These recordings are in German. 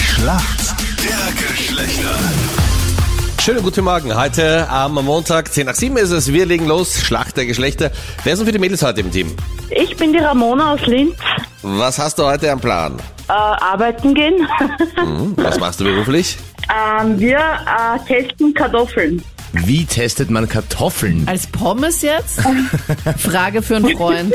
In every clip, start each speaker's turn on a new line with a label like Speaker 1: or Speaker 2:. Speaker 1: Schlacht der Geschlechter.
Speaker 2: Schönen guten Morgen. Heute am Montag, 10 nach 7 ist es. Wir legen los. Schlacht der Geschlechter. Wer sind für die Mädels heute im Team?
Speaker 3: Ich bin die Ramona aus Linz.
Speaker 2: Was hast du heute am Plan?
Speaker 3: Äh, arbeiten gehen.
Speaker 2: Hm, Was machst du beruflich?
Speaker 3: ähm, wir äh, testen Kartoffeln.
Speaker 4: Wie testet man Kartoffeln?
Speaker 5: Als Pommes jetzt? Frage für einen Freund.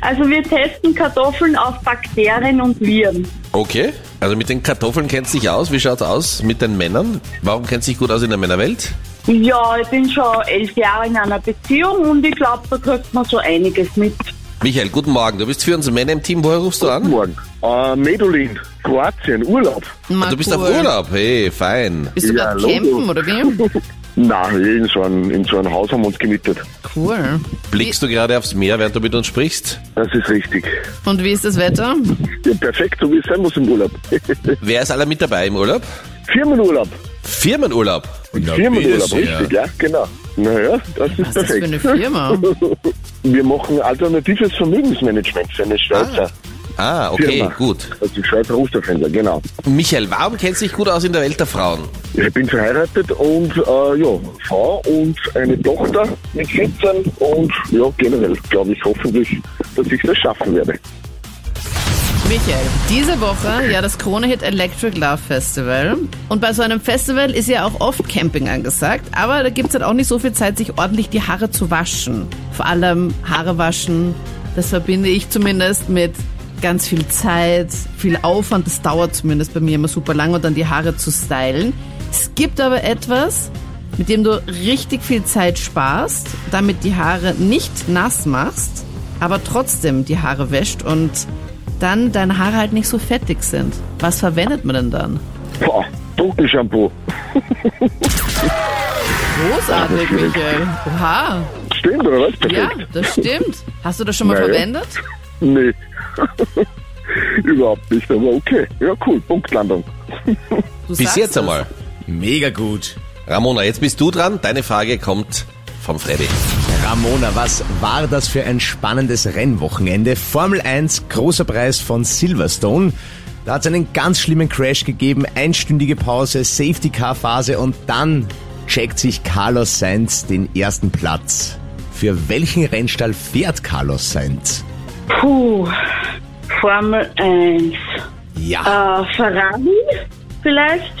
Speaker 3: Also wir testen Kartoffeln auf Bakterien und Viren.
Speaker 2: Okay. Also mit den Kartoffeln kennst du dich aus. Wie schaut's aus mit den Männern? Warum kennst du dich gut aus in der Männerwelt?
Speaker 3: Ja, ich bin schon elf Jahre in einer Beziehung und ich glaube, da kriegt man so einiges mit.
Speaker 2: Michael, guten Morgen. Du bist für uns Männer im Team. Woher rufst du an?
Speaker 6: Morgen. Äh, Medulin, Kroatien, Urlaub.
Speaker 5: Na,
Speaker 2: Ah, Du bist auf
Speaker 5: cool.
Speaker 2: Urlaub. Hey, fein.
Speaker 5: Bist du
Speaker 6: Ja,
Speaker 5: gerade
Speaker 6: Logo.
Speaker 5: campen oder wie?
Speaker 6: Nein, wir in so, ein, in so ein Haus haben wir uns gemietet.
Speaker 5: Cool.
Speaker 2: Blickst du gerade aufs Meer, während du mit uns sprichst?
Speaker 6: Das ist richtig.
Speaker 5: Und wie ist das Wetter?
Speaker 6: Ja, perfekt, so wie es sein muss im Urlaub.
Speaker 2: Wer ist alle mit dabei im Urlaub?
Speaker 6: Firmenurlaub.
Speaker 2: Firmenurlaub.
Speaker 4: Na,
Speaker 6: Firmenurlaub,
Speaker 4: wie ist er?
Speaker 6: richtig, ja, genau. Naja, das ist
Speaker 5: Was ist das für eine
Speaker 6: perfekt.
Speaker 5: Firma?
Speaker 6: wir machen alternatives Vermögensmanagement für eine Schweizer.
Speaker 2: Ah, okay,
Speaker 6: Firma.
Speaker 2: gut.
Speaker 6: Also Schweizer Osterfender, genau.
Speaker 2: Michael, warum kennst du dich gut aus in der Welt der Frauen?
Speaker 6: Ich bin verheiratet und äh, ja, Frau und eine Tochter mit 14 und ja, generell glaube ich hoffentlich, dass ich das schaffen werde.
Speaker 5: Michael, diese Woche ja das Krone-Hit Electric Love Festival. Und bei so einem Festival ist ja auch oft Camping angesagt. Aber da gibt es halt auch nicht so viel Zeit, sich ordentlich die Haare zu waschen. Vor allem Haare waschen, das verbinde ich zumindest mit ganz viel Zeit, viel Aufwand. Das dauert zumindest bei mir immer super lang und dann die Haare zu stylen. Es gibt aber etwas, mit dem du richtig viel Zeit sparst, damit die Haare nicht nass machst, aber trotzdem die Haare wäscht und dann deine Haare halt nicht so fettig sind. Was verwendet man denn dann?
Speaker 6: Boah, Trockenshampoo.
Speaker 5: Großartig, Michael. Oha.
Speaker 6: Stimmt, oder was?
Speaker 5: Ja,
Speaker 6: Perfekt.
Speaker 5: das stimmt. Hast du das schon mal
Speaker 6: Naja.
Speaker 5: verwendet?
Speaker 6: Nee. Überhaupt nicht, aber okay. Ja, cool. Punktlandung.
Speaker 5: Du
Speaker 2: Bis
Speaker 5: sagst
Speaker 2: jetzt
Speaker 5: es.
Speaker 2: einmal.
Speaker 4: Mega gut.
Speaker 2: Ramona, jetzt bist du dran. Deine Frage kommt vom Freddy.
Speaker 4: Ramona, was war das für ein spannendes Rennwochenende? Formel 1, großer Preis von Silverstone. Da hat es einen ganz schlimmen Crash gegeben, einstündige Pause, Safety-Car-Phase und dann checkt sich Carlos Sainz den ersten Platz. Für welchen Rennstall fährt Carlos Sainz?
Speaker 3: Puh, Formel 1.
Speaker 4: Ja,
Speaker 3: Äh, Ferrari vielleicht?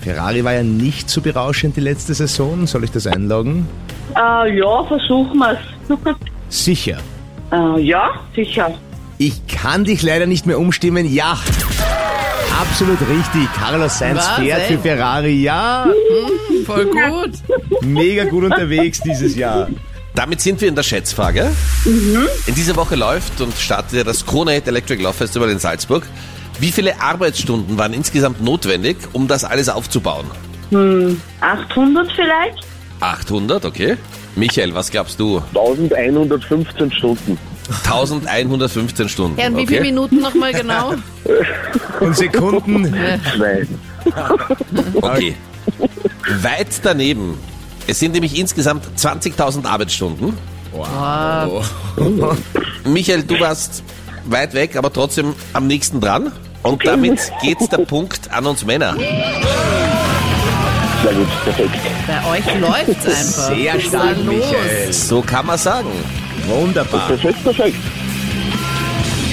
Speaker 4: Ferrari war ja nicht so berauschend die letzte Saison. Soll ich das einloggen?
Speaker 3: Äh, ja, versuchen wir
Speaker 4: Sicher.
Speaker 3: äh, ja, sicher.
Speaker 4: Ich kann dich leider nicht mehr umstimmen. Ja. Absolut richtig. Carlos Sainz
Speaker 5: Was,
Speaker 4: fährt
Speaker 5: ey?
Speaker 4: für Ferrari. Ja.
Speaker 5: Voll gut.
Speaker 4: Mega gut unterwegs dieses Jahr.
Speaker 2: Damit sind wir in der Schätzfrage.
Speaker 5: Mhm.
Speaker 2: In dieser Woche läuft und startet ja das Krone Hit Electric Love Festival in Salzburg. Wie viele Arbeitsstunden waren insgesamt notwendig, um das alles aufzubauen?
Speaker 3: 800 vielleicht?
Speaker 2: 800, okay. Michael, was glaubst du?
Speaker 6: 1115 Stunden.
Speaker 2: 1115 Stunden.
Speaker 5: Ja, und wie
Speaker 2: okay.
Speaker 5: viele Minuten nochmal genau?
Speaker 4: Und Sekunden.
Speaker 6: Zwei.
Speaker 2: Okay. Weit daneben. Es sind nämlich insgesamt 20.000 Arbeitsstunden.
Speaker 4: Wow.
Speaker 2: Michael, du warst weit weg, aber trotzdem am nächsten dran. Und damit geht der Punkt an uns Männer.
Speaker 6: Sehr gut, perfekt.
Speaker 5: Bei euch läuft's einfach.
Speaker 4: Sehr
Speaker 5: Was ist da
Speaker 4: stark,
Speaker 5: los?
Speaker 4: Michael.
Speaker 2: So kann man sagen.
Speaker 4: Wunderbar.
Speaker 6: Perfekt, perfekt.